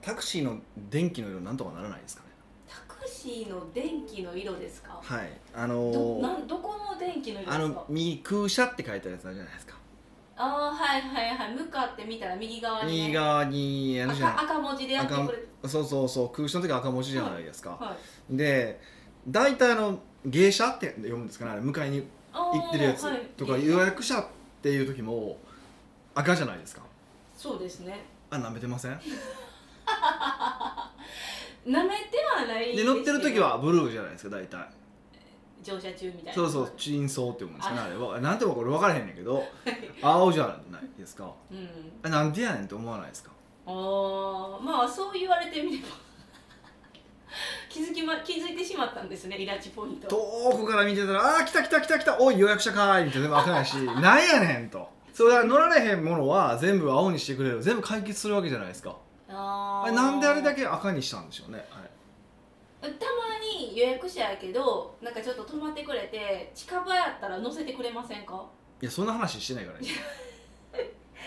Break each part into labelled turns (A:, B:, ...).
A: タクシーの電気の色なんとかならないですかね
B: タクシーの電気の色ですか
A: はいあ
B: ど
A: のー
B: なんどこの電気の色で
A: あ
B: すか
A: の右空車って書いてあるやつあるじゃないですか
B: ああーはいはいはい向かってみたら右側に、ね、
A: 右側にあるじゃ
B: 赤
A: な
B: 赤文字でやってくれて
A: いそうそうそう空車の時は赤文字じゃないですか、
B: はい
A: で大体あの芸者って読むんですかねあれ迎えに
B: あー
A: 行ってるやつ
B: はい
A: とか
B: いい
A: 予約者っていう時も赤じゃないですか
B: そうですね
A: あ舐めてません
B: なめてはない
A: で乗ってる時はブルーじゃないですか大体
B: 乗車中みたいな
A: そうそう珍相って読むんですかね
B: あ
A: あれはなんてもこれ分からへんねんけど青じゃないですか
B: うん
A: あなんでやねんって思わないですか
B: ああまあそう言われてみれば 気づき、ま、気づいてしまったんですねイラチポイント
A: 遠くから見てたら「あー来た来た来た来たおい予約者かーい」みたいなのも開かないし 「なんやねん」とそれは乗られへんものは全部青にしてくれる全部解決するわけじゃないですか
B: あ
A: あ
B: あ
A: れなんであれだ
B: け
A: け赤にしたんでしょうねあれ
B: たまに予約者やけどなんかちょっと泊まってくれて近場やったら乗せてくれませんか
A: いやそんな話してないからね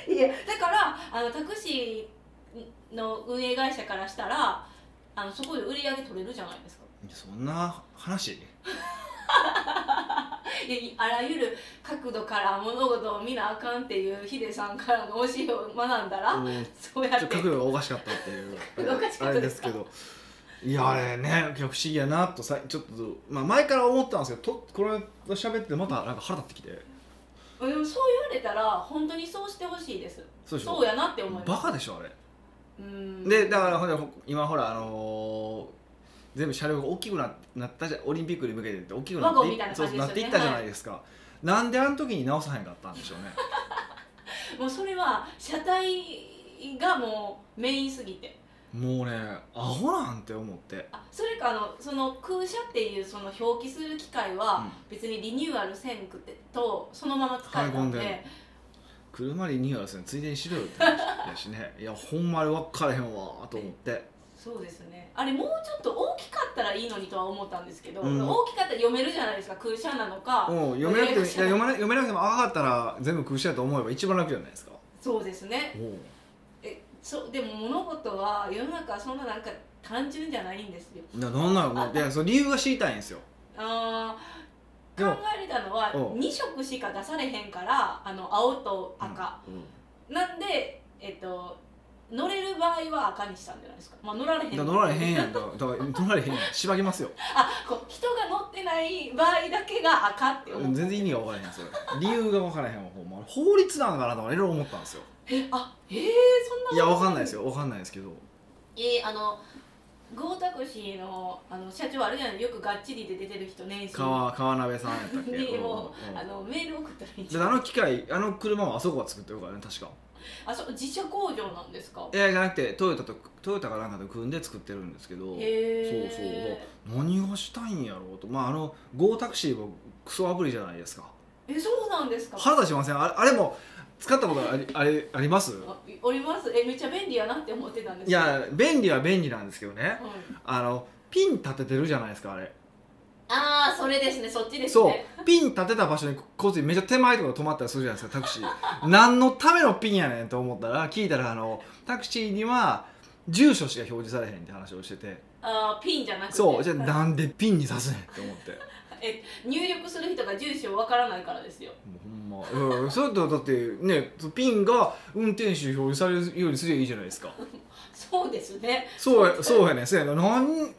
B: いやだからあのタクシーの運営会社からしたらあのそこで売り上げ取れるじゃないですか
A: いやそんな話
B: いやいあらゆる角度から物事を見なあかんっていうヒデさんからの教えを学んだら、
A: うん
B: そうやっ
A: ちょってと角度がおかしかったって いう
B: 角度おかしか
A: あ
B: っ
A: れ
B: た
A: で
B: ですす
A: け
B: か
A: どいやあれねいや不思議やなとさちょっと、まあ、前から思ったんですけどとこれと喋ってまたなんか腹立ってきて
B: でもそう言われたら本当にそうしてほしいです
A: そうでし
B: そう
A: ょ
B: やなって思います
A: バカでしょあれ
B: うん
A: でだからほらほ今ほらあのー全部車両が大きくななったじゃんオリンピックに向けてって大きくな
B: ワゴンみたい
A: っ
B: な
A: てそ
B: 感
A: う
B: じ
A: なっていったじゃないですか、なんであの時に直さへんかったんでしょうね
B: もうそれは車体がもうメインすぎて
A: もうねアホなんて思って、
B: あそれかあのその空車っていうその表記する機械は、
A: うん
B: 別にリニューアルせんくてとそのまま使えた
A: はい
B: ん
A: ご
B: で
A: めんね車にニュアルするのついでにしろよって話やしね いやほんまに分からへんわと思って
B: そうですねあれもうちょっと大きかったらいいのにとは思ったんですけど、
A: うん
B: 大きかったら読めるじゃないですか空車なのか、
A: もう読めなくてもいや
B: 予約者
A: 読めな読めなくても赤かったら全部空車やと思えば一番楽じゃないですか
B: そうですね
A: おう
B: えそうでも物事は世の中はそんななんか単純じゃないんですよ
A: ななんなのもういやその理由が知りたいんですよ
B: あー
A: で
B: 考
A: も
B: えれたのは
A: うん
B: 2色しか出されへんからあの青と赤、、
A: うんうん
B: なんでえっと乗れる場合は赤にしたんじゃないですか、まあ、乗られへん
A: だから乗られへんやんだからだから乗られへんやんしばきますよ
B: あこう人が乗ってない場合だけが赤って思
A: 全
B: う
A: 然意味が分からへんそれ理由が分からへんわほんま法律なんかなとかいろいろ思ったんですよ
B: えあえー、そんない
A: や分かんないですよ分かんないですけど
B: えー、あのゴータクシーのあの社長あるじゃないよくがっちりで出てる人年始
A: 川川鍋さんやったっけ、
B: にも
A: うんうん
B: あのメール送ったらいいんじ
A: で
B: ゃな
A: あ
B: い
A: の機械あの車もあそこが作ってるからね確か
B: あそう自社工場なんですか
A: いやじゃなくてトヨタとトヨタかなんかと組んで作ってるんですけど
B: へ
A: そうそう
B: え
A: 何がしたいんやろうとまああの GO タクシーもクソアプリじゃないですか
B: えそうなんですか
A: 腹立ちませんあれあれも使ったことありあれあります
B: あおりますえめっちゃ便利やなって思ってたんです
A: い
B: けどはい、
A: や便利は便利なんですけどねあのピン立ててるじゃないですかあれ
B: ああそれですねそっちです
A: そ
B: ね
A: うピン立てた場所に交通費めっちゃ手前とかで止まったりするじゃないですかタクシ ー何のためのピンやねんと思ったら聞いたらあのタクシーには住所しか表示されへんって話をしてて
B: あーピンじゃなくて
A: そうじゃあなんでピンにさすねんって思っても
B: え入力する人が住所わからないからですよ
A: うほんま、うん、それとだってねそのピンが運転手に表示されるようにすればいいじゃないですか
B: そうですね
A: そうやそうやねんそうやねんなん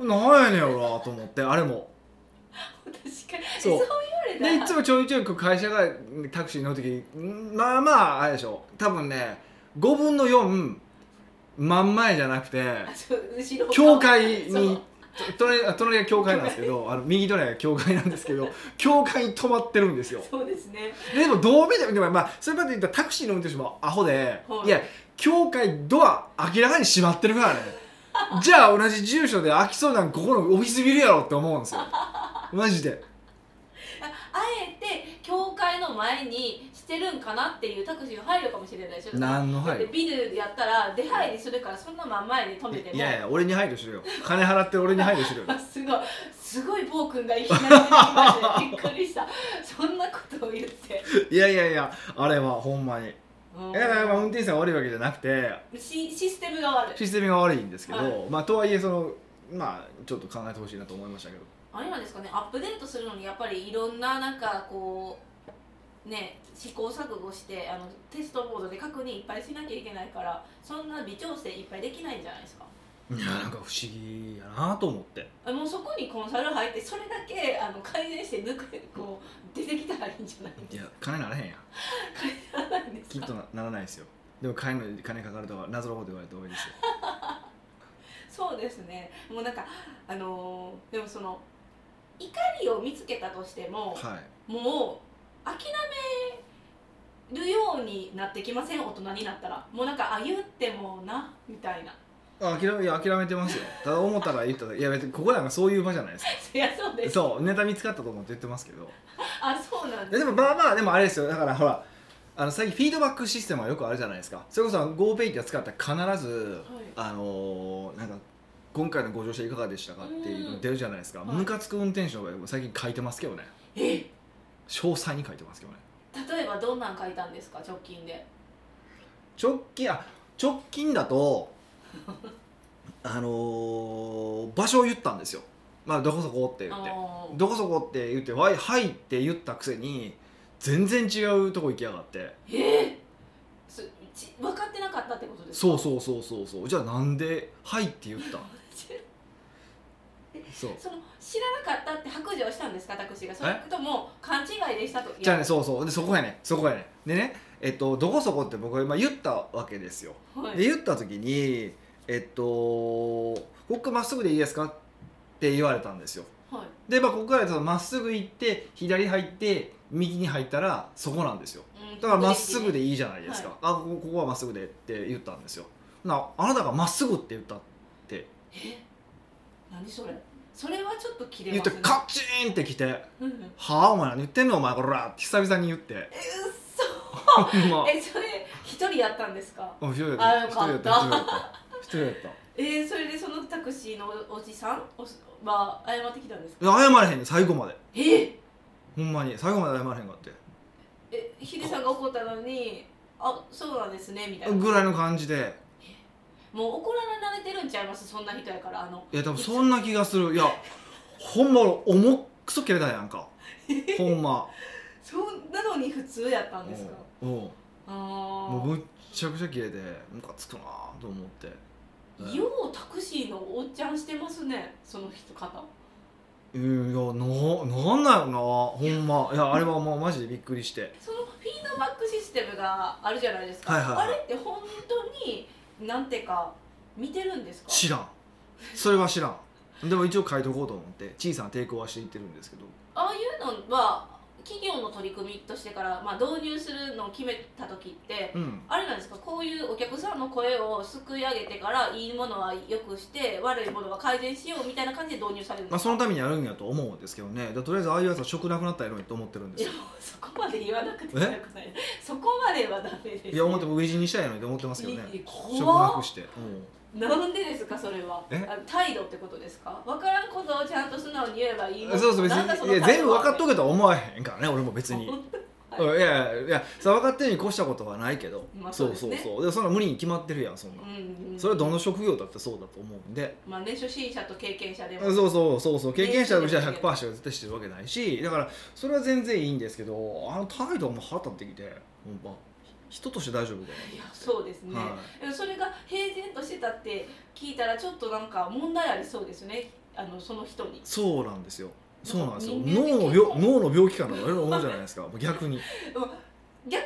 A: なんやねんやろなと思ってあれも
B: 確かにえ
A: そ
B: そうう言わ
A: で
B: れ
A: い
B: た
A: つ
B: ら
A: もちょいちょいこう会社がタクシー乗る時んまあまああれでしょ多分ね5分の4真ん前じゃなくて
B: あそう後ろ
A: 教会
B: そう
A: にと隣あ隣が教会なんですけどあの右隣が教会なんですけど教会に止まってるんですよ
B: そうですね。
A: でもどう見てもでもまあそれまで言ったらタクシーの運転手もアホで、、
B: はいい
A: や教会ドア明らかに閉まってるからねじゃあ同じ住所で開きそうなんここのオフィスビルやろって思うんですよマジで
B: あえて教会の前にしてるんかなっていうタクシーが入るかもしれないでしょ。
A: 何の
B: だっ
A: 配
B: て
A: 慮
B: ビルやったら出入りするからそんなまん前で止めても。
A: いやいや俺に配慮しろよ金払ってる俺に配慮しろよ
B: あすごいすごい暴君がいきなり出てきましたねびっくりしたそんなことを言って
A: いやいやいやあれはほんまに
B: あうん
A: だからまあ運転手さんが悪いわけじゃなくて
B: シシステムが悪い
A: システムが悪いんですけど、
B: は
A: まあとはいえそのまあちょっと考えてほしいなと思いましたけど
B: あれなんですかねアップデートするのにやっぱりいろんななんかこうね試行錯誤してあのテストボードで確認いっぱいしなきゃいけないからそんな微調整いっぱいできないんじゃないですか
A: いやなんか不思議やなと思って
B: あもうそこにコンサル入ってそれだけあの改善して抜くこう出てきたらいいんじゃない
A: いや金ならへんやん
B: かなんです
A: きっ
B: か
A: となならないですよでも買えるのに金かかるとか謎のこと言われて多いですよ
B: そうですねもうなんかあのーでもその怒りを見つけたとしても、
A: はい
B: もう諦めるようになってきません大人になったらもうなんかあ言ってもなみたいな
A: あ諦めいや諦めてますよただ思ったら言っただけいや別にここなんかそういう場じゃないですか
B: そりゃそう です
A: そうネタ見つかったと思って言ってますけど
B: あそうなん
A: いや
B: です
A: でもまあまあでもあれですよだからほらあの最近フィードバックシステムはよくあるじゃないですかそれこそ GoPay って使ったら必ず、あのーなんか今回のご乗車いかがでしたかっていうの出るじゃないですか、
B: うん
A: ムカつく運転手の方が最近書いてますけどね
B: え
A: 詳細に書いてますけどね
B: 例えばどんなん書いたんですか直近で
A: 直近あ直近だとあのー場所を言ったんですよまあどこそこって言って
B: あー
A: どこそこって言って「はいはい」って言ったくせに全然違うとこ行きやがって
B: えーすち分かってなかったってことですか
A: そうそうそうそうそうじゃあなんで「はい」って言ったんそう
B: その知らなかったって白状したんですか私がそれとも勘違いでしたと
A: じゃあね
B: い
A: そうそうでそこやねそこやねでねえっとどこそこって僕は今言ったわけですよ
B: やはい
A: で言った時にえっとここまっすぐでいいですかって言われたんですよ
B: はい
A: でまあここからちょっとまっすぐ行って左入って右に入ったらそこなんですよ
B: うん
A: だからまっすぐでいいじゃないですか、
B: は
A: あここここはまっすぐでって言ったんですよなあなたがまっすぐって言ったって
B: え何それそれはちょっと切れ
A: 言って
B: ますね
A: カチーンってきて「
B: うんうん
A: はあお前何言ってんのお前こら」って久々に言って
B: えうっそ
A: ほんま
B: えそれ一人やったんですか
A: あ一人やっ
B: あ
A: た
B: よ
A: 一
B: か
A: 人や
B: っ
A: ったた一人やった
B: えー、それでそのタクシーのおじさんおすは謝ってきたんですか
A: いや謝れへんね最後まで
B: えー、
A: ほんまに最後まで謝れへんかって
B: えヒデさんが怒ったのにあそうなんですねみたいな
A: ぐらいの感じで
B: もう怒られ慣れてるんちゃいますそんな人やからあの
A: いや多分そんな気がするいやほんま俺重っくそ切れたやん かほんま
B: そんなのに普通やったんですか
A: うんうん
B: あ
A: もう
B: あ
A: むっちゃくちゃ切れてムカつくなと思って
B: ようタクシーのおっちゃんしてますねその人方
A: うんいやななんなんやろなほんまいやあれはもうマジでびっくりして
B: そのフィードバックシステムがあるじゃないですか、
A: はいはいはい
B: あれって本当になんていうか見てるんですか
A: 知らんそれは知らんでも一応書いとこうと思って小さな抵抗はしていってるんですけど
B: ああいうのは企業の取り組みとしてから、まあ、導入するのを決めた時って
A: うん
B: あれなんですかこういうお客さんの声をすくい上げてからいいものは良くして悪いものは改善しようみたいな感じで導入されるん
A: ま
B: で
A: あ、
B: すか、
A: そのためにやるんやと思うんですけどねだからとりあえずああいうやつは食なくなったらええのにと思ってるんで
B: い
A: す
B: や
A: よ
B: もうそこまで言わなくてよくないそこまではダメです
A: いや思っても飢え死にしたらええのにと思ってますけどね
B: いい怖
A: 食
B: っ
A: なくして、うん
B: なんでですかそれは
A: え
B: あ態度ってことですか分からんことをちゃんと素直に言えばいいもん
A: そうそう別
B: なんだそ
A: に
B: の
A: いや全部分かっと
B: 態
A: けとは思わへんからね俺も別
B: 度は
A: に、
B: 本当
A: い、うんいやいやいやそう分かってるに越したことはないけど、
B: まあ
A: そ
B: そう
A: う
B: です
A: そう
B: ね
A: そうでもそんな無理に決まってるやんそんな、
B: うんうん
A: それはどの職業だってそうだと思うんで、
B: まあね初心者と経験者でも、
A: そうそうそうそう経験者のうちは
B: ね
A: 100%しか絶対してるわけないしだからそれは全然いいんですけどあの態度はもう腹立ってきてほんま人として大丈夫か
B: いやそうですね、
A: な、はい
B: でもそれが平然としてたって聞いたらちょっとなんか問題ありそうですねあのその人に
A: そうなんですよそうなんですよ
B: 人間
A: 脳の
B: 的
A: 病脳の病気かなとかいろいろ思うじゃないですかもう逆に
B: 逆に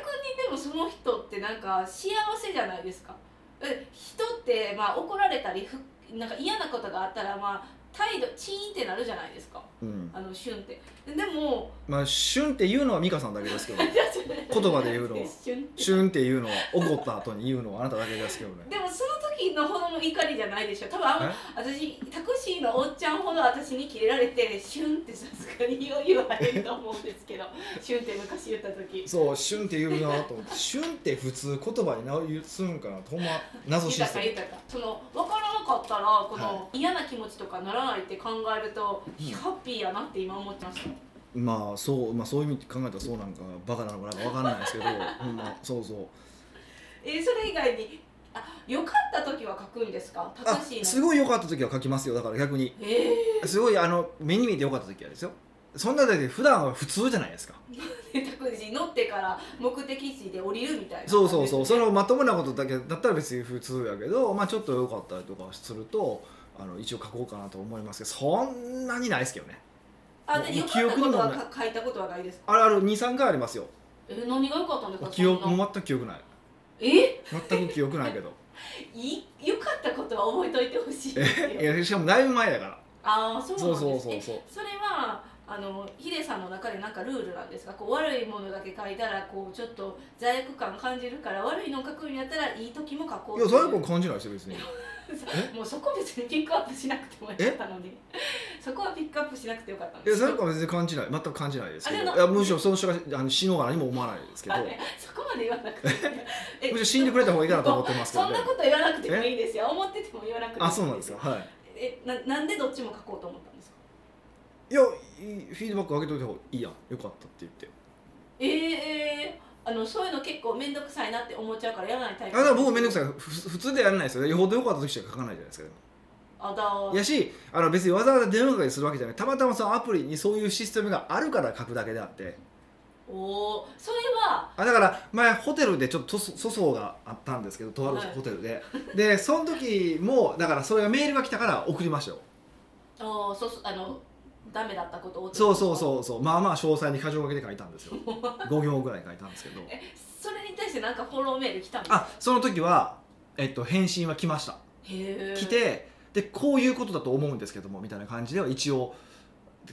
B: でもその人ってなんか幸せじゃないですかえ人ってまあ怒られたりふなんか嫌なことがあったらまあ態度チーンってなるじゃないですか
A: うん
B: あの旬ってでも
A: まあ旬っていうのは美香さんだけですけど
B: 言
A: 葉で言う のは旬っていうのは怒った後に言うのはあなただけですけどね
B: でもその時のほどの怒りじゃないでしょ多分あんま私タクシーのおっちゃんほど私にキレられて旬ってさすがに言われると思うんですけど旬って昔言った時
A: そう旬って言うなと思って旬って普通言葉になるするんかなとほんま謎シ
B: 豊
A: ス
B: か
A: テ
B: 豊かその分からなかったらこの
A: は
B: 嫌な気持ちとかならないって考えると、
A: うん
B: ハッピーやなって今思ってました
A: ム まあそうまあそういう意味で考えたらそうなんかバカなのかなんかわかんないですけどほんまそうそう
B: えーそれ以外にあ良かった時は書くんですかタ
A: あ
B: クシー
A: す
B: の
A: ごい良かった時は書きますよだから逆に
B: え
A: すごいあの目に見えて良かった時はですよそんなだって普段は普通じゃないですか
B: ー、タクシー乗ってから目的地で降りるみたいな
A: そうそうそうそのまともなことだけだったら別に普通やけど、まあ、ちょっと良かったりとかするとあの一応書こうかなと思いますけどそんなにないですけどね
B: あで良かったことはか書いたことはないですか
A: あるある23回ありますよ
B: えー何が良かったんですか
A: 記憶
B: そんな
A: もう全く記憶ない
B: え
A: 全く記憶ないけ ど
B: い良かったことは覚えといてほしいですよ
A: いやしかもだいぶ前だから
B: ああそうなん
A: そ
B: で
A: う
B: す
A: そうそうそう
B: それはあのヒデさんの中でなんかルールなんですかこう悪いものだけ書いたらこうちょっと罪悪感感じるから悪いのを書くんやったらいい時も書こう
A: い
B: って
A: や
B: う
A: 罪悪感感じないですよ別に
B: もうそこ別にピックアップしなくてもよかったのにそこはピックアップしなくてよかったん
A: い
B: で
A: や
B: す
A: 罪悪感は全然感じない全く感じないですけ
B: あで
A: ど
B: も
A: いやむしろその人があの死のうが何も思わないですけど
B: あねそこまで言わなく てもいいえ
A: むしろ死んでくれた方がいいかなと思ってますけ
B: そ
A: ど
B: ん
A: ね
B: なこと言わなくてもいいですよ思ってても言わなくてもい
A: あ
B: い
A: そうなんですかはい
B: えななんでどっちも書こうと思ったんですか
A: いやいいフィードバックあげといた方がいいやんよかったって言って
B: えー、えー、あのそういうの結構面倒くさいなって思っちゃうからやらないタイプ
A: あだから僕めんどくさい
B: い
A: ふ普通でやらないですよよほど良かった時しか書かないじゃないですかでも
B: あだー
A: いやしあの別にわざわざ電話かけするわけじゃないたまたまそのアプリにそういうシステムがあるから書くだけであって
B: おおそれは
A: あだから前ホテルでちょっと粗粗相があったんですけどとある
B: はい
A: ホテルで、でその時もだからそれがメールが来たから送りましたよ
B: おーそうそうあのダメだったことを
A: そうそう
B: う
A: そうそうまあまあ詳細に箇条書きで書いたんです よ5行ぐらい書いたんですけど
B: えそれに対してなんかフォローメール来たんです
A: あその時は、えっと、返信は来ました
B: へえ
A: 来てでこういうことだと思うんですけどもみたいな感じでは一応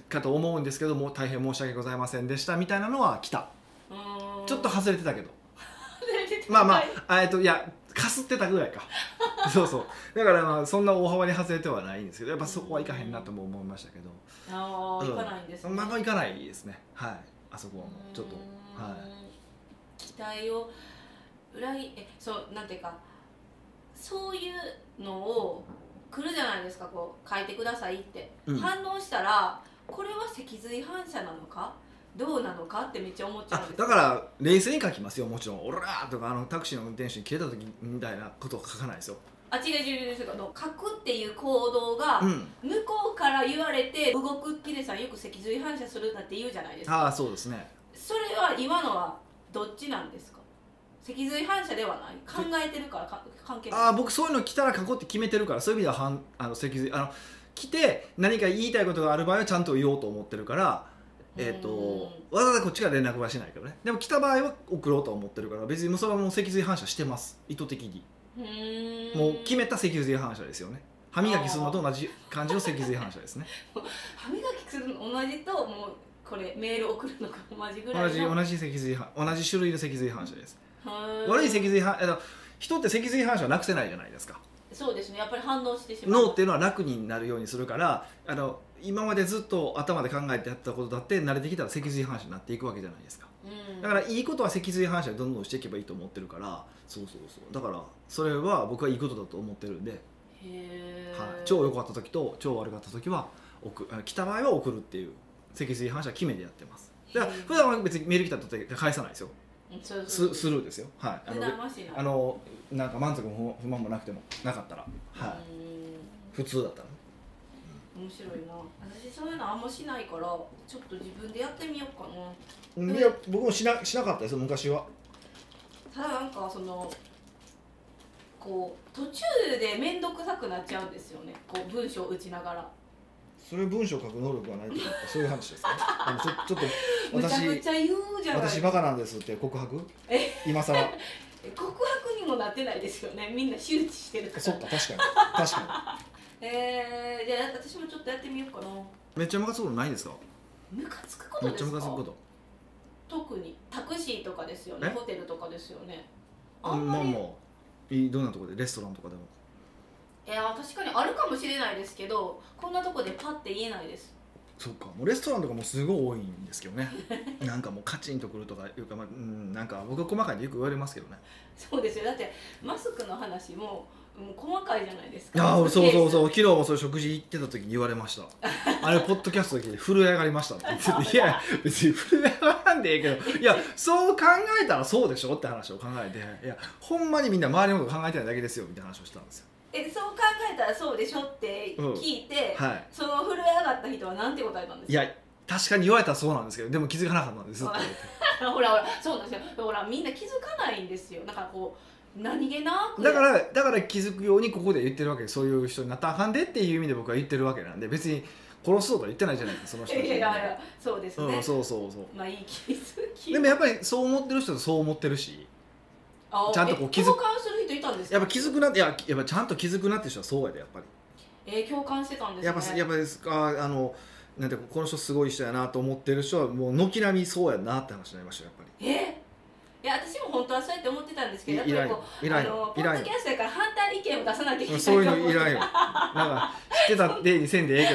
A: かと思うんですけども大変申し訳ございませんでしたみたいなのは来た
B: うーん
A: ちょっと外れてたけど
B: 離れてた
A: まあまああえっといやかすってたぐら いかそうそうだからまあそんな大幅に外れてはないんですけどやっぱそこはいかへんなとも思いましたけど
B: あ
A: う
B: ー
A: ん
B: 行かないんです、ね、
A: まあまあいかないですねはいあそこはもうちょっと
B: うーん
A: は
B: 期待を裏切えそうなんていうかそういうのを来るじゃないですかこう書いてくださいって、
A: うん
B: 反応したらこれは脊髄反射なのかどうなのかってめっちゃ思っちゃう
A: あ
B: んです
A: だから冷静に書きますよもちろん「オラー!」とかあのタクシーの運転手に切れた時みたいなことを書かないですよ、
B: あ違う違う違う違うあの書くっていう行動が
A: うん、
B: 向こうから言われて動くヒデさんよく脊髄反射するなって言うじゃないですか
A: ああそうですね
B: それは今のはどっちなんですか脊髄反射ではない考えてるからか関係ない
A: ああ僕そういうの来たら書こうって決めてるからそういう意味でははんあの脊髄あの来て何か言いたいことがある場合はちゃんと言おうと思ってるから、えー、とわざわざこっちから連絡はしないけどねでも来た場合は送ろうと思ってるから別にもうそれはもう脊髄反射してます意図的に
B: うーん
A: もう決めた脊髄反射ですよね歯磨きするのと同じ感じの脊髄反射ですね
B: 歯磨きするの同じともうこれメール送るのが同じぐらい
A: 同
B: の
A: じ同じ脊髄反同じ種類の脊髄反射です
B: 悪
A: 悪い脊髄反あの人って脊髄反射はなくせないじゃないですか
B: そうですねやっぱり反応してしまう
A: 脳っていうのは楽になるようにするからあの今までずっと頭で考えてやってたことだって慣れてきたら脊髄反射になっていくわけじゃないですか
B: うん
A: だからいいことは脊髄反射でどんどんしていけばいいと思ってるからそうそうそうだからそれは僕はいいことだと思ってるんで、
B: へー
A: はい、超良かった時と超悪かった時は送あ来た場合は送るっていう脊髄反射決めてやってますだから
B: へー
A: 普段は別にメール来たとて返さないですよ
B: うんそうそうそ
A: ス
B: う
A: スルーですよはいあ
B: 無
A: の
B: 駄ましな
A: あのなんか満足も不満もなくてもなかったらはいう
B: ー
A: 普通だったらね
B: ん面白いな私そういうのあんましないからちょっと自分でやってみようかな
A: うんいや僕もしなしなかったですよ昔は
B: ただなんかそのこう途中で面倒くさくなっちゃうんですよねこう文章を打ちながら
A: それ文章書く能力がないとかってそういう話 ですかあのちょちょっと
B: むちゃ
A: 私
B: くちゃ言うじゃない
A: 私バカなんですって告白
B: え
A: 今更
B: 告白にもなってないですよねみんな周知してるから
A: そっか確かに確か
B: えー、じゃあ私もちょっとやってみようかな
A: にめっちゃムカつくことないですか
B: ムカつくこと
A: めっ
B: で
A: ち
B: す
A: ゃ
B: か
A: ムカつくこと
B: 特にタクシーとかですよね
A: え
B: ホテルとかですよねあ
A: うんんま
B: ま
A: あ
B: り、
A: まあいいどんなところでレストランとかでも
B: いや確かにあるかもしれないですけどこんなとこでパッて言えないです
A: そっかもうレストランとかもすごい多いんですけどね なんかもうカチンとくるとかいうか、まあ、うんなんか僕は細かいんでよく言われますけどね
B: そうですよだってマスクの話ももう細かいじゃないですか
A: ああそうそうそうう昨日もそういう食事行ってた時に言われました あれポッドキャストで聞いて震え上がりましたって言ってていや別に震え上がらんでええけどいやそう考えたらそうでしょって話を考えていやほんまにみんな周りのこと考えてないだけですよみたいな話をしたんですよ
B: えそう考えたらそうでしょって聞いて、
A: はい
B: その震え上がった人はなんて答えたんです
A: いや確かに言われたらそうなんですけどでも気づかなかったんですって言って
B: か ほらほらそうなんですよほらみんな気づかないんですよなんかこう何気なく
A: だからだから気づくようにここで言ってるわけそういう人になったらあかんでっていう意味で僕は言ってるわけなんで別に殺そうとは言ってないじゃないですかその人た
B: いや
A: ち
B: いやいやそうです
A: う
B: ね
A: ん、、そうそうそう
B: まあいい気づき
A: でもやっぱりそう思ってる人とそう思ってるし
B: あ
A: ちゃんとこう
B: え
A: 気づく
B: 共感する人いたんですか
A: やっぱ気づくなっていややっぱちゃんと気づくなって人はそうやでやっぱり
B: えー共感してたんですね
A: やっぱやっぱですああのなんていうかこの人すごい人やなと思ってる人はもう軒並みそうやなって話になりましたよやっぱ
B: えーいや私も本当はそうやって思ってたんですけ
A: り
B: どやっぱりこう
A: いい
B: あ
A: らん
B: の
A: よ
B: ポ
A: い
B: ッ
A: らん
B: ド
A: よ
B: キャストやから反対意見を出さなきゃいけない
A: そういう
B: と思
A: の
B: って
A: いらんよなんか知ってた手にせんでええけ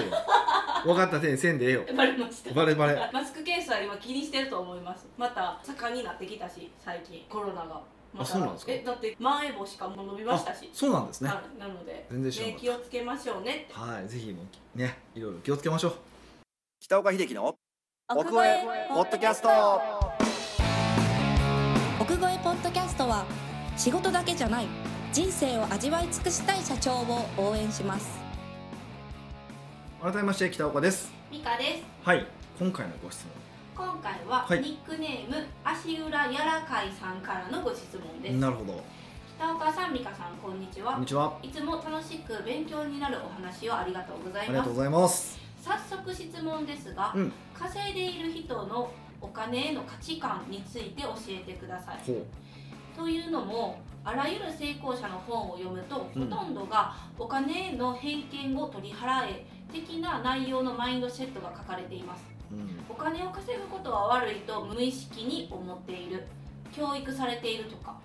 A: ど分かった手にせんでええよ
B: バレました
A: バレバレ
B: マスクケースは今気にしてると思いますまた盛んになってきたし最近コロナがまた
A: あそうなんですか
B: えだってまん延防止かも伸びましたし
A: そうなんですね
B: あなので
A: 全然知らな
B: ね
A: かった
B: 気をつけましょうね
A: はい、ぜひもうね、いろいろ気をつけましょう。北岡秀樹の
C: 奥越えポッドキャスト奥越えポッドキャストは仕事だけじゃない人生を味わい尽くしたい社長を応援します
A: 改めまして北岡です。
B: ミカです
A: はい、今回のご質問。
B: 今回は
A: はい
B: ニックネーム、足裏やらかいさんからのご質問です
A: なるほど。
B: 北岡さん美香さんこんにち
A: こん
B: は
A: にちは。
B: いつも楽しく勉強になるお話をありがとうござ
A: あ
B: い
A: りが
B: ま
A: とう
B: す
A: ございます。
B: 早速質問ですが、
A: うん
B: 稼いでいる人のお金への価値観について教えてください
A: ほう。
B: というのもあらゆる成功者の本を読むとほ
A: うん
B: とんどがお金への偏見を取り払え的な内容のマインドセットが書かれています
A: うん。
B: お金を稼ぐことは悪いと無意識に思っている教育されているとか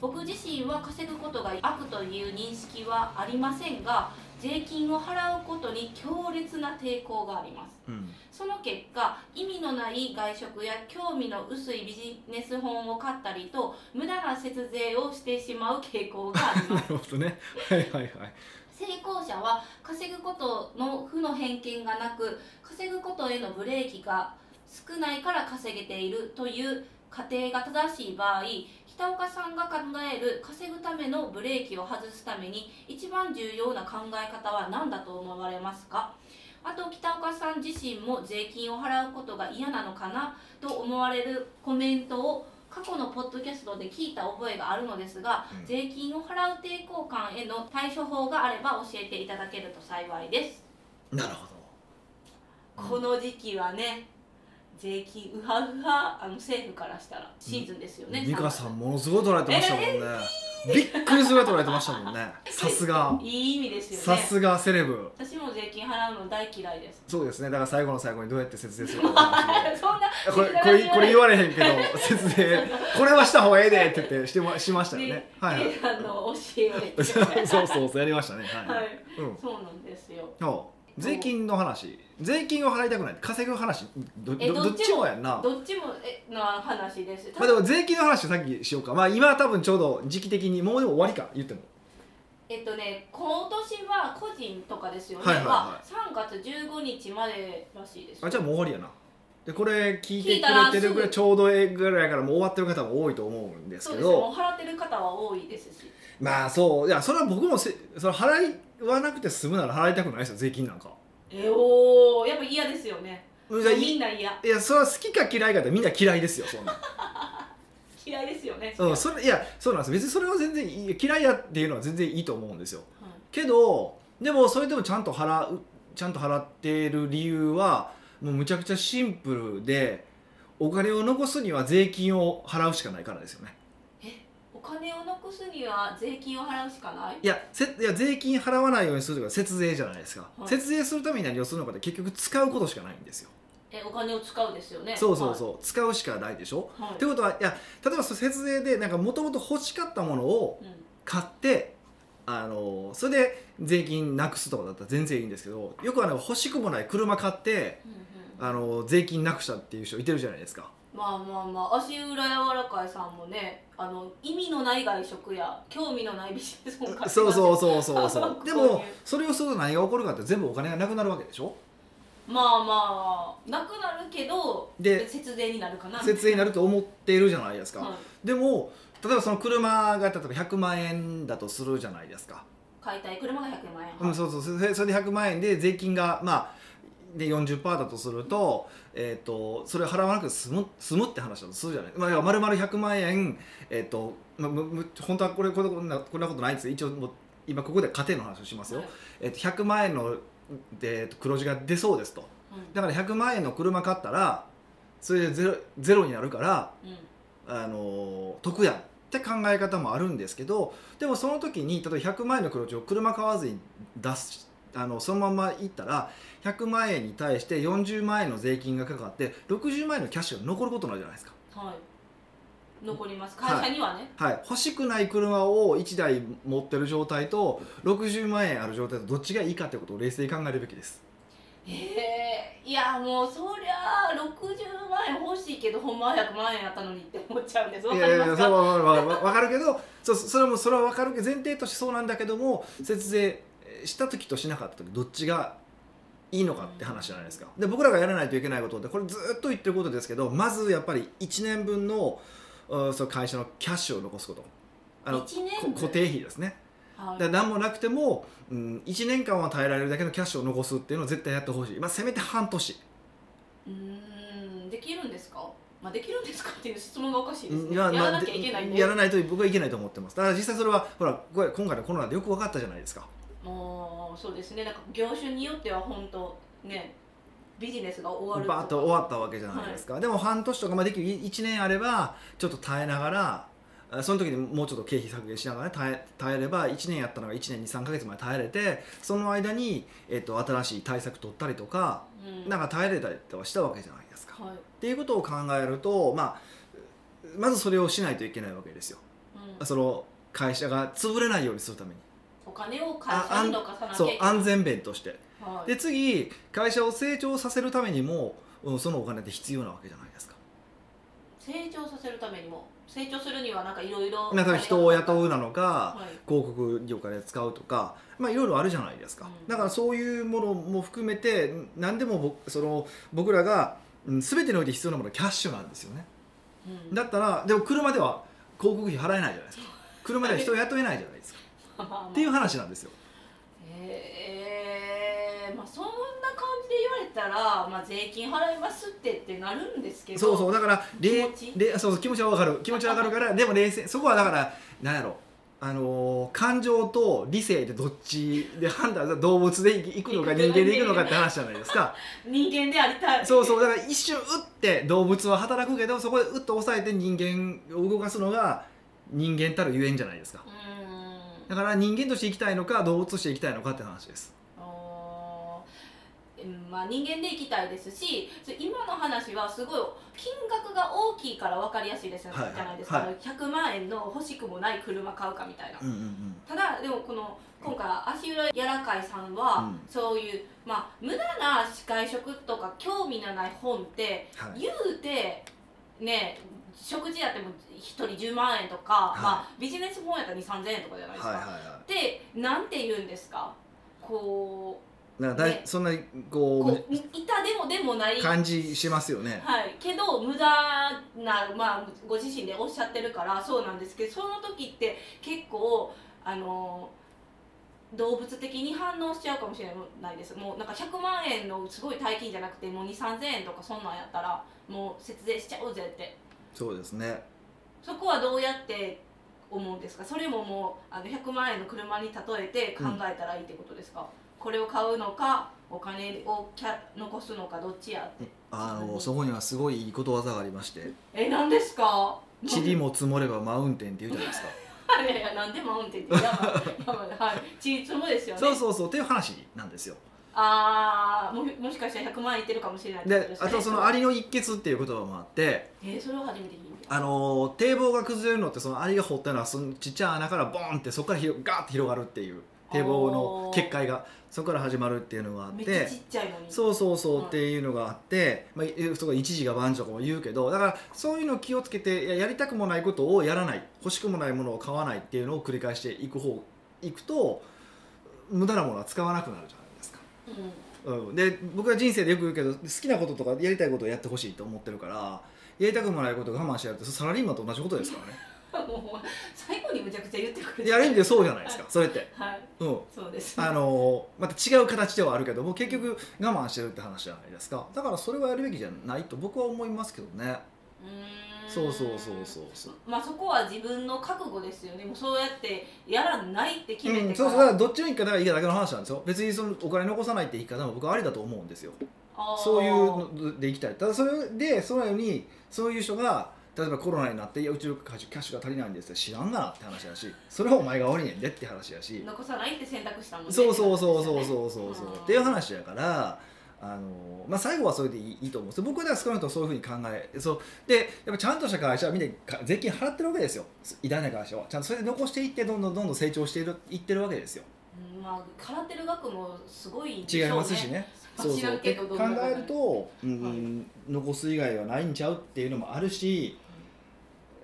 B: 僕自身は稼ぐことが悪という認識はありませんが税金を払うことに強烈な抵抗があります
A: うん。
B: その結果意味のない外食や興味の薄いビジネス本を買ったりと無駄な節税をしてしまう傾向がありま
A: な
B: す
A: るほどね。はいはいはい。
B: 成功者は稼ぐことの負の偏見がなく稼ぐことへのブレーキが少ないから稼げているという仮定が正しい場合北岡さんが考える稼ぐためのブレーキを外すために一番重要な考え方は何だと思われますかあと北岡さん自身も税金を払うことが嫌なのかなと思われるコメントを過去のポッドキャストで聞いた覚えがあるのですが、
A: うん
B: 税金を払う抵抗感への対処法があれば教えていただけると幸いです、
A: なるほど。
B: この時期はね税金うはうはあの政府からしたらシーズンですよね、
A: 美香さ
B: 3
A: んものすごい捉えてましたもんね。びっくりするぐらい捉えてましたもんね。さすが
B: 月。いい意味ですよ
A: さ
B: ね
A: すがセレブ。
B: 私も税金払うの大嫌いです
A: そうですね。だから最後の最後にどうやって節税するかの話を。
B: そんな
A: これこれこれ言われへんけど説明これはした方がええでって言ってしてましましたよね
B: ね
A: はいはい
B: ねあの教え て
A: そうそうそうやりましたねはい、
B: はい
A: うん
B: そうなんですよ
A: そう税金の話税金を払いたくない稼ぐ話ど
B: え
A: どど
B: ど
A: っ
B: っ
A: ち
B: ちも
A: もやんな
B: どっちもえの話です
A: まあでも税金の話をさっきしようかまあ今は多分ちょうど時期的にもうでも終わりか言っても
B: えっとね、今年は個人とかですよね、
A: はいはいはい
B: 3月15日までらしいです。
A: あじゃあもう終わりやなでこれ聞いて
B: 聞いたら
A: くれてるぐらいちょうどええぐらいやからもう終わってる方も多いと思うんです
B: そう
A: け
B: です
A: ど
B: ね、もう払ってる方は多いですし、
A: まあそういやそれは僕もせそれ払わなくて済むなら払いたくないですよ税金なんか
B: えおー、やっぱ嫌ですよね、
A: じゃあい
B: みんな嫌、
A: いやそれは好きか嫌いかってみんな嫌いですよそんなん、
B: 嫌いですよね、
A: うん、
B: は
A: それいやそうなんです別にそれは全然いい嫌いやっていうのは全然いいと思うんですよ
B: い
A: けどでもそれでもちゃんと払うちゃんと払ってる理由はもうむちゃくちゃシンプルでお金を残すには税金を払うしかないからですよね
B: お金を残すには税金を払うしかない、
A: いやせいや税金払わないようにするとか節税じゃないですか、
B: はい
A: 節税するために何をするのかって結局使うことしかないんですよ
B: えお金を使うですよね、
A: そうそうそう、使うしかないでしょ
B: う、はい
A: ってことはいや例えばその節税でなんかもともと欲しかったものを
B: うん
A: 買ってあのそれで税金なくすとかだったら全然いいんですけどよくあの欲しくもない車買って
B: うんうん
A: あの税金なくしたっていう人いてるじゃないですか
B: まあまあまあ足裏柔らかいさんもねあの意味のない外食や興味のないビジネスも買って
A: そうそう
B: う
A: そうそうそ
B: こ
A: う
B: ういう
A: でもそれをすると何が起こるかって全部お金がなくなるわけでしょ
B: まあまあなくなるけど
A: で
B: 節税になるかな
A: 節税になると思っているじゃないですか、
B: はい
A: でも例えばその車が例えば100万円だとするじゃないですか、
B: 買いたい車が100万円、
A: うん、そうそうそれそれで100万円で税金がまあで40%だとすると,、えー、とそれを払わなくて済む済むって話だとするじゃないまあ、要は丸々100万円、えーとまあ、むむ本当はこれこれこんなこんなことないんですよ一応もう今ここで家庭の話をしますよ、
B: はい
A: えー、と100万円の、でえーと黒字が出そうですとだから100万円の車買ったらそれでゼロゼロになるから
B: うんうん
A: あの得やんって考え方もあるんですけどでもその時に例えば100万円の黒字を車買わずに出すあのそのままいったら100万円に対して40万円の税金がかかって60万円のキャッシュが残ることになるじゃないですか。
B: はい残ります
A: はい
B: 会社にはね、
A: はい、欲しくない車を1台持ってる状態と60万円ある状態とどっちがいいかってことを冷静に考えるべきです
B: えーいやもうそりゃあ60万円欲しいけどほんまは100万円やったのにって思っちゃうんですわ
A: い
B: か
A: やい
B: り
A: やい
B: ます
A: や
B: か
A: それはわわわわかるけどそそれもそれはわかるけど前提としてそうなんだけども節税した時としなかった時どっちがいいのかって話じゃないですかで僕らがやらないといけないことってこれずっと言ってることですけどまずやっぱり1年分のうんその会社のキャッシュを残すことあのこ
B: 一年分
A: 固定費ですね
B: はい
A: だから何もなくても、うん、1年間は耐えられるだけのキャッシュを残すっていうのを絶対やってほしい、まあ、せめて半年
B: うーんできるんですか、まあ、できるんですかっていう質問がおかしいです
A: い
B: ね
A: や
B: や
A: まあ
B: らなきゃいけないんで
A: やらないと僕はいけないと思ってますだから実際それはほらこれ今回のコロナでよく分かったじゃないですか
B: もうそうですねなんか業種によっては本当ねビジネスが終わ
A: バーッ
B: る
A: と
B: と
A: 終わったわけじゃないですか、でも半年とかまあできる1年あればちょっと耐えながらあその時にもうちょっと経費削減しながら耐え耐えれば1年やったのが1年23か月まで耐えれてその間に、えっと新しい対策取ったりとか
B: うん
A: なんか耐えれたりとかしたわけじゃないですか、
B: はい
A: っていうことを考えると、まあ、まずそれをしないといけないわけですよ
B: うん、
A: その会社が潰れないようにするために
B: お金を会社に残さなきゃ
A: そ
B: いうけない
A: 安全弁として
B: はい
A: で次会社を成長させるためにも、うん、そのお金って必要なわけじゃないですか
B: 成長させるためにも成長するにはなんかいろいろ
A: まあ多分人を雇うなのか
B: はい
A: 広告業界で使うとかまあいろいろあるじゃないですか、
B: うん
A: だからそういうものも含めて何でも僕その僕らがうん全てにおいて必要なものはキャッシュなんですよね
B: うん
A: だったらでも車では広告費払えないじゃないですか車では人を雇えないじゃないですか
B: まあまあまあ
A: っていう話なんですよ
B: えーまあ、そんな感じで言われたら、まあ、税金払いますってってなるんですけど
A: そうそうだかられ
B: 気持ち
A: れそうそう気持ちはわかる気持ちはわかるからでも冷静そこはだからなんやろあのー感情と理性でどっちで判断動物でいくのか人間でいくのかって話じゃないです か
B: 人間でありたい
A: そうそうだから一瞬打って動物は働くけどそこで打っと抑えて人間を動かすのが人間たるゆえんじゃないですか
B: うー
A: だ
B: ん
A: から人間として生きたいのか動物として生きたいのかって話です
B: おーうんまあ、人間で生きたいですしそう今の話はすごい金額が大きいから分かりやすいですよ
A: は
B: ね
A: いはい
B: じゃないですか、
A: はい
B: 100万円の欲しくもない車買うかみたいな
A: うんうんうん
B: ただでもこの今回足裏柔らかいさん
A: う
B: は、
A: ん
B: そういう、まあ、無駄な外食とか興味のない本って
A: はい
B: 言うてね食事やっても1人10万円とか、
A: い
B: まあ、ビジネス本やったら2 3 0 0円とかじゃないですか。
A: はいはいは
B: でなんて言うんですかこ
A: いなんかだい
B: ね
A: そんなに
B: うこ
A: こ
B: ういたでもでもないう
A: 感じしますよね
B: はい、けど無駄な、まあ、ご自身でおっしゃってるからそうなんですけどその時って結構あの動物的に反応しちゃうかもしれないですもうなんか100万円のすごい大金じゃなくてもう2 3 0 0円とかそんなんやったらもう節税しちゃおうぜって
A: そうですね
B: そこはどうやって思うんですかそれももうあの100万円の車に例えて考えたらいいってことですか、これを買うのかお金をキャ残すのかどっちやって
A: あ
B: う
A: の
B: ん
A: そこにはすごいいいことわざがありま して
B: え何ですか
A: 「塵も積もればマウンテン」って言うじゃない ですか
B: いやいや、なんでマウンテンって山、山、はい、ちいつもですよね。
A: そうそうそうっていう話なんですよ
B: ああ、もし、もしかしたら100万円いってるかもしれないってこ
A: で
B: とですね。
A: あとその「アリの一血」っていう言葉もあって
B: えー、それを初めて聞いた。
A: あの堤防が崩れるのってそのアリが掘ったのはそのちっちゃい穴からボンってそこからひろガーって広がるっていう堤防の決壊がそこから始まるっていうのがあっ
B: めっちゃ
A: て
B: ちっちゃいのに
A: そうそうそうっていうのがあって、まあ、えそこ一時が万事とかも言うけどだからそういうのを気をつけていややりたくもないことをやらない欲しくもないものを買わないっていうのを繰り返していく方いくと無駄なものは使わなくなるじゃないですか。
B: うん
A: うん、で僕は人生でよく言うけど好きなこととかやりたいことをやってほしいと思ってるからやりたくもないことを我慢してやるってサラリーマンと同じことですからね。
B: もう最後にむちゃくちゃ言ってくれ
A: やるんでそうじゃないですかそれって。
B: はい
A: うん
B: そうです
A: あのまた違う形ではあるけども結局我慢してるって話じゃないですかだからそれはやるべきじゃないと僕は思いますけどね
B: うーん
A: そうそうそうそうそう
B: まあそこは自分の覚悟ですよねもうそうやってやらないって決め
A: うん、
B: てか
A: そう
B: ら、
A: そうだからどっちの言い方がいいかだけの話なんですよ別にそのお金残さないって言い方も僕はありだと思うんですよ
B: あー
A: そういうのでいきたいただそれでそのようにそういう人が例えばコロナになっていやうちのキャッシュキャッシュが足りないんですって知らんがなって話だしそれはお前が悪いねんでって話だし
B: 残さないって選択したもんね
A: そうそうそうそう
B: う
A: そうそうそう
B: うん
A: っていう話やからあの、まあ、最後はそれでいいいいと思うんですよ僕はだから少なくともそういうふうに考えそうでやっぱちゃんとした会社はみんなか税金払ってるわけですよ偉大な会社はちゃんとそれで残していってどんどんどんどん成長しているいってるわけですよ
B: んまあ空手る額もすごいんでし
A: 違
B: ょう
A: いますしねそう
B: 知
A: そ
B: ら
A: うん
B: けど
A: で
B: ど
A: 考
B: んなこと
A: えると、うん残す以外はないんちゃうっていうのもあるし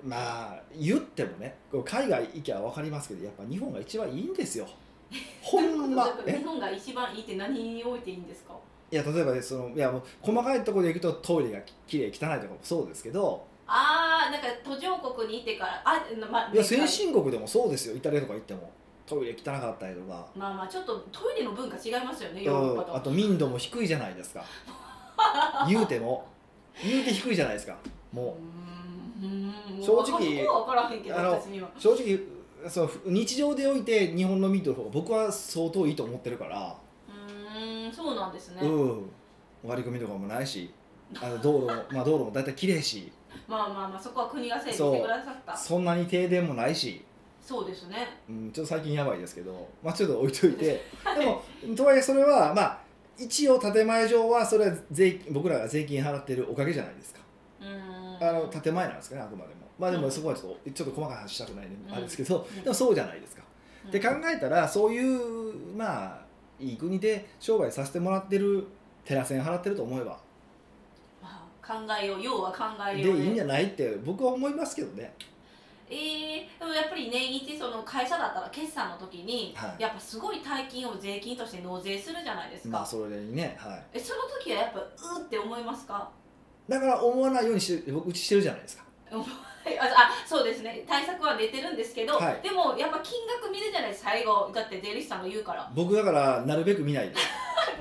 A: まあ言ってもねこう海外行きゃ分かりますけどやっぱ日本が一番いいんですよほん まえ
B: 日本が一番いいって何においていいんですか
A: いや例えばねそのいやもう細かいところで行くとトイレがききれい汚いとかもそうですけど
B: ああなんか途上国に行ってからあまあ
A: いや先進国でもそうですよイタリアとか行ってもトイレ汚かったりとか、
B: まあまあちょっとトイレの文化違いますよね
A: う
B: ヨーロッパ
A: ん、
B: と
A: あと民度も低いじゃないですか言うても言うて低いじゃないですかも
B: うーんうーん
A: 正直
B: もうそこは分からへんけど
A: あの
B: 私には
A: う正直そう日常でおいて日本の民度の方が僕は相当いいと思ってるから、
B: うーんそうなんですね、
A: うん割り込みとかもないしあの道路もまあ道路も大体綺麗し
B: まあまあまあそこは国が整備してくださったそう
A: そんなに停電もないし
B: ですね
A: うん、ちょっと最近やばいですけど、まあ、ちょっと置いといてでもとはいえそれはまあ一応建前上はそれは税金僕らが税金払ってるおかげじゃないですか
B: うーん
A: あの建前なんですかねあくまでもまあで
B: う
A: も
B: ん
A: そこはちょっとちょっと細かい話したくないんで
B: うん
A: あれですけど、
B: うん
A: でもそうじゃないですか。
B: うん
A: って考えたらそういうまあいい国で商売させてもらってるテラセン払ってると思えば
B: まあ考えよう要は考
A: で
B: え
A: い
B: よう
A: いんじゃないって僕は思いますけどね。
B: えーでもやっぱり年一その会社だったら決算の時に、
A: はい
B: やっぱすごい大金を税金として納税するじゃないですか、
A: まあそれにね、は
B: えその時はやっぱうーって思いますか
A: い、だから思わないようにして僕うちしてるじゃないですか。
B: はいああそうですね対策は出てるんですけど、
A: はい
B: でもやっぱ金額見るじゃないですか最後だって税理士さんが言うから
A: 僕だからなるべく見ないです。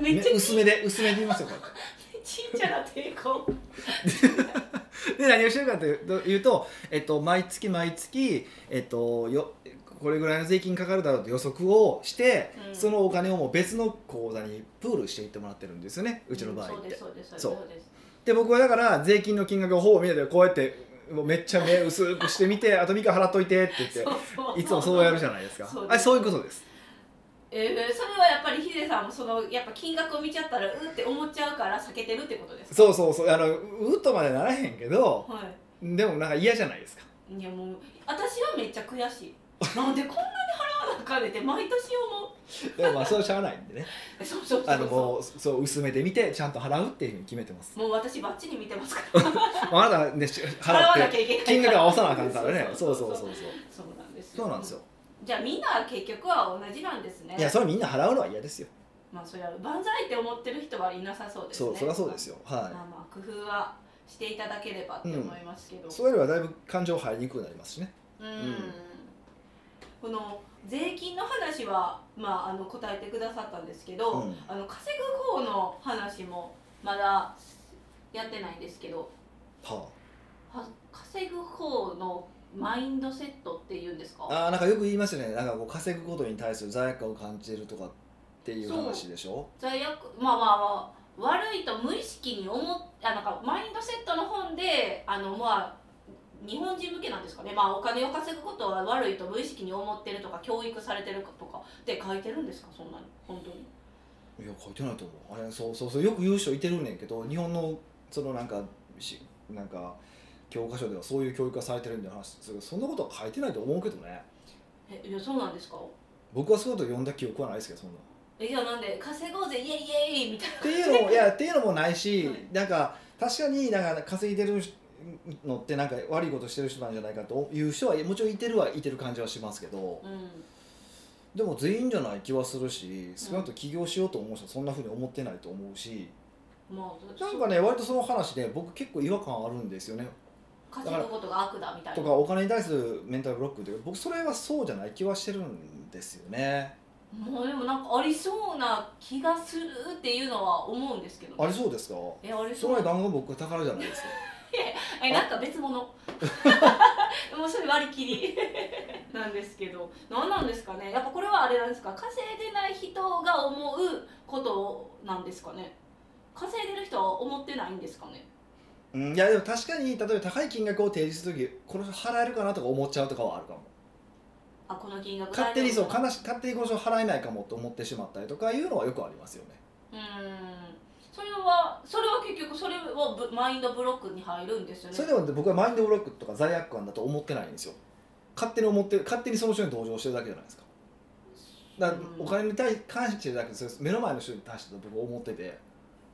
B: めっちゃ
A: ね薄めで薄めで言いますよこう
B: ちっちゃな抵抗
A: や ってで何をしてるかというというと、えっと、毎月毎月、えっと、よこれぐらいの税金かかるだろうと予測をして、
B: うん
A: そのお金をもう別の口座にプールしていってもらってるんですよねうちの場合って、
B: そうですそうです
A: そう
B: そうです
A: で僕はだから税金の金額をほぼ見ないでこうやってもうめっちゃ目薄くしてみてあと3日払っといてって言って
B: そうそう
A: いつもそうやるじゃないですか
B: そうです
A: あそういうことです
B: えーそれはやっぱりヒデさんもそのやっぱ金額を見ちゃったらうーって思っちゃうから避けてるってことですか
A: そうそうそうあのうっとまでならへんけど
B: は
A: でもなんか嫌じゃないですか
B: いいやもう私はめっちゃ悔しいなんでこんなに払わなあかんねんって毎年思う
A: でもまあそれはしゃあないんでね
B: えそうそうそうそう
A: あのもうそう薄めてみてちゃんと払うっていうふうに決めて ます
B: もう私バッチリ見てますから
A: あなたねし
B: 払わ
A: 払
B: な
A: って
B: きゃいけない
A: 金額合わさなあかんからねそうそうそうそう
B: そうなんですよ
A: そうなんですよ
B: じゃあみんな結局は同じなんですね
A: いやそれみんな払うのは嫌ですよ
B: まあそれは万歳って思ってる人はいなさそうですね
A: そうそりゃそうですよ
B: ま
A: は
B: あまあ工夫はしていただければって思いますけど、
A: いそうやればだいぶ感情入りにくくなりますしね
B: うん
A: ん
B: この税金の話は、まあ、あの答えてくださったんですけど、
A: うん
B: あの稼ぐ方の話もまだやってないんですけど
A: は
B: は稼ぐ方のマインドセットっていうんですか
A: ああーなんかよく言いますよねなんかこう稼ぐことに対する罪悪感を感じるとかっていう
B: そう
A: 話でしょ
B: 罪悪まあまあまあ悪いと無意識に思っあなんかマインドセットの本であのまあ日本人向けなんですかね、まあ、お金を稼ぐことは悪いと無意識に思ってるとか教育されてるとかって書いてるんですかそんなに本当に
A: いや書いてないと思うあれそうそうそうよく言う人いてるねんけど日本のそのなんかしなんか教科書ではそういう教育がされてるんで話するけどそんなことは書いてないと思うけどね
B: えいやそうなんですか
A: 僕はそうと呼んだ記憶はないですけどそんな
B: えじゃあなんで稼ごうぜイエイイエイみたいな
A: っていうのもいやっていうのもないし、
B: はい
A: なんか確かになんか稼いでるのってなんか悪いことしてる人なんじゃないかという人はもちろんいてるはいてる感じはしますけど
B: うん
A: でも全員じゃない気はするし少なくとも起業しようと思う人はそんなふうに思ってないと思うし、
B: もう
A: なんかね割とその話で僕結構違和感あるんですよね
B: 稼ぐことが悪だみたい
A: と
B: な
A: かお金に対するメンタルブロックというか僕それはそうじゃない気はしてるんですよね
B: もうでもなんかありそうな気がするっていうのは思うんですけど、
A: ありそうですか
B: えあり
A: そ
B: そ
A: れは
B: う
A: ガンガン僕宝じゃないですか
B: えなんか別物も うそれ割り切りなんですけど何なんですかねやっぱこれはあれなんですか稼いでない人が思うことなんですかね稼いでる人は思ってないんですかね
A: うんいやでも確かに例えば高い金額を提示する時これ払えるかなとか思っちゃうとかはあるかも
B: あこの金額
A: 勝手にそう
B: 大丈夫か
A: 悲し勝手に交渉払えないかもと思ってしまったりとかいうのはよくありますよね
B: うーんそれはそれは結局それはブマインドブロックに入るんですよね
A: それでも僕はマインドブロックとか罪悪感だと思ってないんですよ勝手に思ってる勝手にその人に同情してるだけじゃないですかだから
B: うん
A: お金に対関してるだけでそれ目の前の人に対してだと僕は思ってて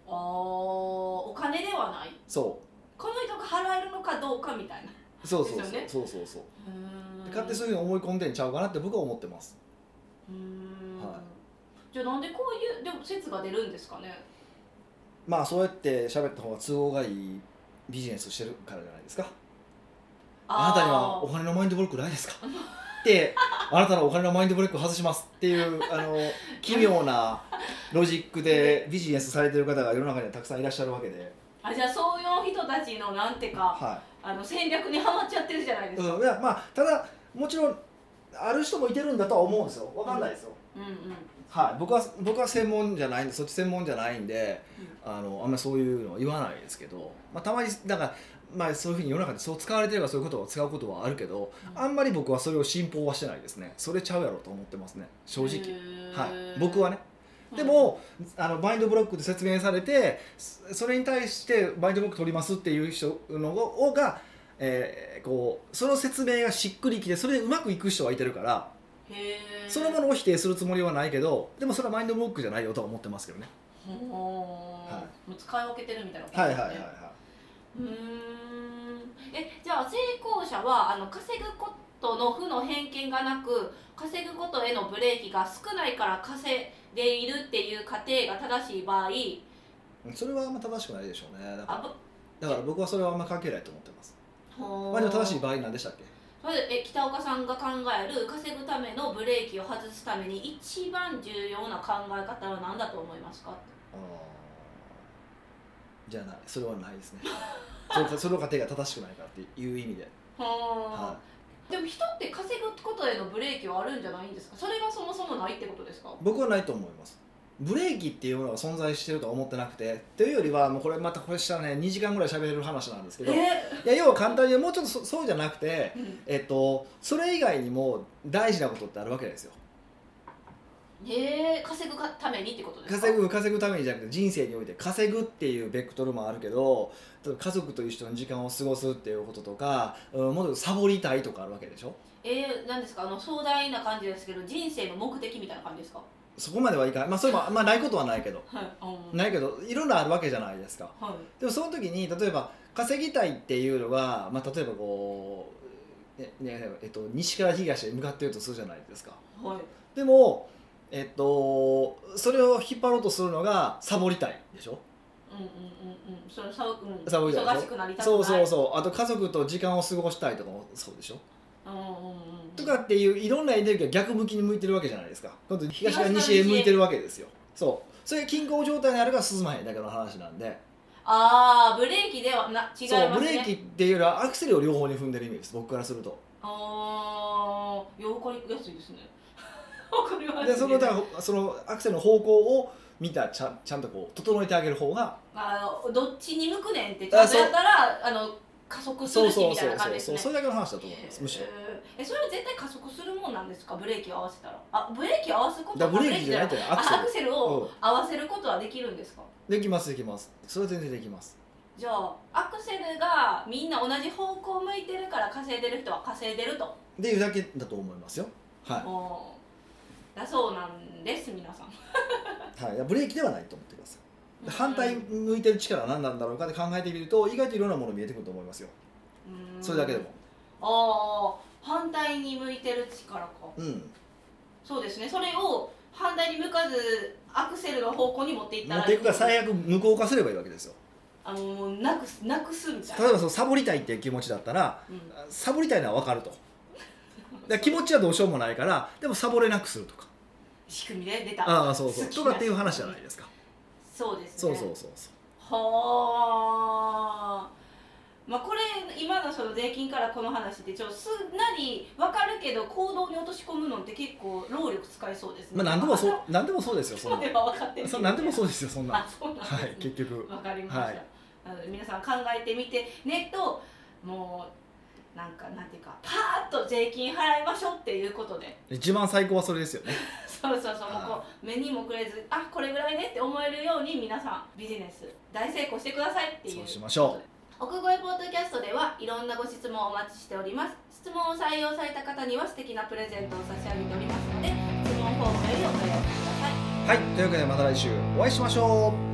B: あーお金ではない
A: そ
B: この人が払えるのかどうかみたいな
A: うそうそうそう,、
B: ですよね
A: そうそうそう
B: うーん
A: 勝手にそういうふうに思い込んでんちゃうかなって僕は思ってます
B: うーん
A: は
B: じゃあなんでこういうでも説が出るんですかね
A: まあそうやって喋った方が都合がいいビジネスをしてるからじゃないですかあなたにはお金のマインドブロックないですかってあなたのお金のマインドブロック外しますっていうあの奇妙なロジックでビジネスされてる方が世の中にはたくさんいらっしゃるわけで、
B: あーあじゃあそういう人たちのなんてか
A: は
B: あの戦略にはまっちゃってるじゃない
A: い
B: ですか、
A: うん、いやまあただもちろんある人もいてるんだとは思うんですよわかんないですよ、
B: うん、うん
A: はい、僕は僕は専門じゃないんでそっち専門じゃないんで、あのあんまりそういうのは言わないですけど、まあ、たまにだから、まあ、そういうふうに世の中でそう使われてればそういうことを使うことはあるけどあんまり僕はそれを信奉はしてないですねそれちゃうやろと思ってますね正直。はい、僕は
B: ね
A: ねでも、あのマインドブロックで説明されてそそれに対してマインドブロック取りますっていう人のをが、えーこうその説明がしっくりきてそれでうまくいく人はいてるからそのも
B: の
A: のを否定するつもりはないけどでもそれはマインドブロックじゃないよとは思ってますけどね
B: ほー
A: はい
B: もう使い分けてるみたいなこと
A: はい
B: で
A: はい
B: す
A: は
B: ね
A: いはいう
B: ーんえじゃあ成功者はあの稼ぐことの負の偏見がなく稼ぐことへのブレーキが少ないから稼いでいるっていう過程が正しい場合
A: それはあんま正しくないでしょうねだか
B: あぶ
A: らだから僕はそれはあんま関係ないと思ってます
B: ほー
A: まあでも正しい場合なんでしたっけ
B: それでえ北岡さんが考える稼ぐためのブレーキを外すために一番重要な考え方は何だと思いますか
A: あーじゃあないそれはないです ねそれその過程が正しくないからっていう意味で、
B: は
A: は
B: でも人って稼ぐことへのブレーキはあるんじゃないんですかそれがそもそもないってことですか
A: い、僕はないと思いますブレーキっていうものが存在してるとは思ってなくてというよりはもうこれまたこれしたらね2時間ぐらい喋れる話なんですけど、
B: え
A: いや要は簡単にもうちょっとそそうじゃなくて、
B: ー、
A: えっと、それ以外にも大事なことってあるわけですよ
B: えー、稼ぐかためにってことですか
A: 稼ぐ稼ぐためにじゃなくて人生において稼ぐっていうベクトルもあるけど例えば家族と一緒に時間を過ごすっていうこととか、うん、もっとサボりたいとかあるわけでしょ
B: えー、なんですかあの壮大な感じですけど人生の目的みたいな感じですか
A: そこまではいかないまあそれも、まあ、ないことはないけど
B: はい、うん、
A: ないけどいろんなあるわけじゃないですか
B: はい
A: でもその時に例えば稼ぎたいっていうのが、まあ、例えばこう、ねねえっと、西から東へ向かっているとするじゃないですか
B: はい
A: でもえっとそれを引っ張ろうとするのがサボりたいでしょ
B: うんうんうんうんそのさ、うん、
A: サボりたいでしょ
B: 忙しくなりたくない
A: そうそうそうあと家族と時間を過ごしたいとかもそうでしょ
B: うんうんうんうん
A: とかっていういろんなエネルギーが逆向きに向いてるわけじゃないですか今度東から西へ向いてるわけですよそうそれ均衡状態にあるから進まへんだけの話なんで
B: ああブレーキではな違います
A: そ
B: ね
A: うブレーキっていうよりはアクセルを両方に踏んでる意味です僕からすると
B: ああよくわかりやすいですね わかります
A: でそのだ
B: ね
A: からそのアクセルの方向を見たちゃんちゃんとこう整えてあげる方が
B: あのどっちに向くねんってちゃんとやったらあの加速す
A: そ
B: る
A: う
B: し
A: そ
B: み
A: う
B: た
A: そ
B: いな
A: う
B: 感
A: そ
B: じ
A: う
B: です
A: そうそ
B: ね
A: れだけの話だと思いますむしろ
B: えーえそれは絶対加速するもんなんですかブレーキを合わせたらあブレーキを合わすこと
A: だからブレーキじゃなくて
B: あ
A: アクセ
B: アクセル
A: ル
B: を
A: うん
B: 合わせることはできるんですか
A: できますできますそれは全然できます
B: じゃあアクセルがみんな同じ方向向いてるから稼いでる人は稼いでると、
A: でいうだけだと思いますよはい
B: おーだそうなんです皆さん
A: はい、いやブレーキではないと思ってくださいで反対
B: うん
A: 向いてる力は何なんだろうかって考えてみると意外といろんなもの見えてくると思いますよそれだけでも
B: ああ反対に向いてる力か
A: うん
B: そうですねそれを反対に向かずアクセルの方向に持っていった
A: 持
B: ら
A: っていくか最悪無効化すればいいわけですよ
B: あのもうなくすなくすみたいな
A: 例えばそのサボりたいっていう気持ちだったら
B: うん
A: サボりたいのは分かるとで気持ちはどうしようもないからでもサボれなくするとか
B: 仕組みで出た
A: ああそうそう
B: 好きな
A: とかっていう話じゃないですか
B: そうです
A: そ
B: ね
A: うそうそうそう
B: はあまあこれ今のその税金からこの話ってちょっとすんなり分かるけど行動に落とし込むのって結構労力使いそうです
A: まあ何でもそう何でもそうですよそん
B: そう
A: な
B: では分かってる
A: そう何でもそうですよそんな
B: あそうなんです、ね
A: はい結局
B: わかりました、
A: はい
B: なので皆さん考えてみてねともうなんかなんていうかパーッと税金払いましょうっていうことで
A: 一番最高はそれですよね
B: そうそうそうもうこう目にもくれずあこれぐらいねって思えるように皆さんビジネス大成功してくださいっていう
A: そうしましょう
B: 奥越ポッドキャストではいろんなご質問をお待ちしております質問を採用された方には素敵なプレゼントを差し上げておりますので質問フォームよりお問い合わせください
A: はいというわけでまた来週お会いしましょう